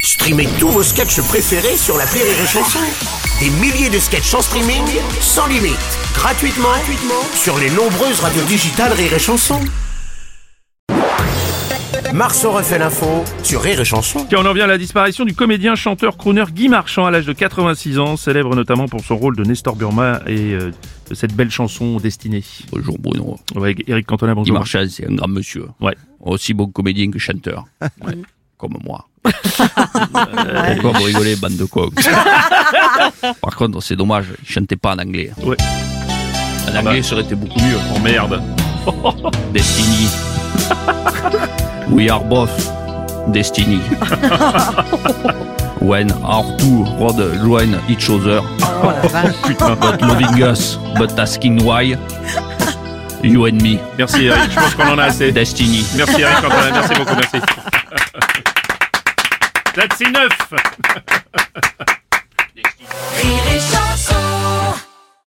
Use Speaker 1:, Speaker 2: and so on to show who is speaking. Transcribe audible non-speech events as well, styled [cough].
Speaker 1: Streamez tous vos sketchs préférés sur la Rire et Chanson. Des milliers de sketchs en streaming, sans limite, gratuitement, gratuitement sur les nombreuses radios digitales Rire et Chanson. Marceau refait l'info sur Rire et Chanson.
Speaker 2: Tiens, on en vient à la disparition du comédien, chanteur, crooner Guy Marchand à l'âge de 86 ans, célèbre notamment pour son rôle de Nestor Burma et euh, de cette belle chanson destinée.
Speaker 3: Bonjour Bruno.
Speaker 2: Ouais, Eric Cantona,
Speaker 3: Guy
Speaker 2: bonjour.
Speaker 3: Marchand, c'est un grand monsieur.
Speaker 2: Ouais.
Speaker 3: Aussi bon comédien que chanteur. [laughs] Ouais. Comme [laughs] moi. Pourquoi vous rigolez, bande de cons [laughs] Par contre, c'est dommage, il chantait pas en anglais.
Speaker 2: Ouais.
Speaker 3: En anglais, ça aurait été beaucoup mieux.
Speaker 2: Oh merde.
Speaker 3: [laughs] Destiny. We are both [laughs] Destiny. When our two roads join each other.
Speaker 2: Putain.
Speaker 3: [laughs] But loving us, but asking why. You and me.
Speaker 2: Merci Eric, je pense qu'on en a assez.
Speaker 3: Destiny.
Speaker 2: Merci Eric Cantona, [laughs] merci beaucoup, merci. That's enough.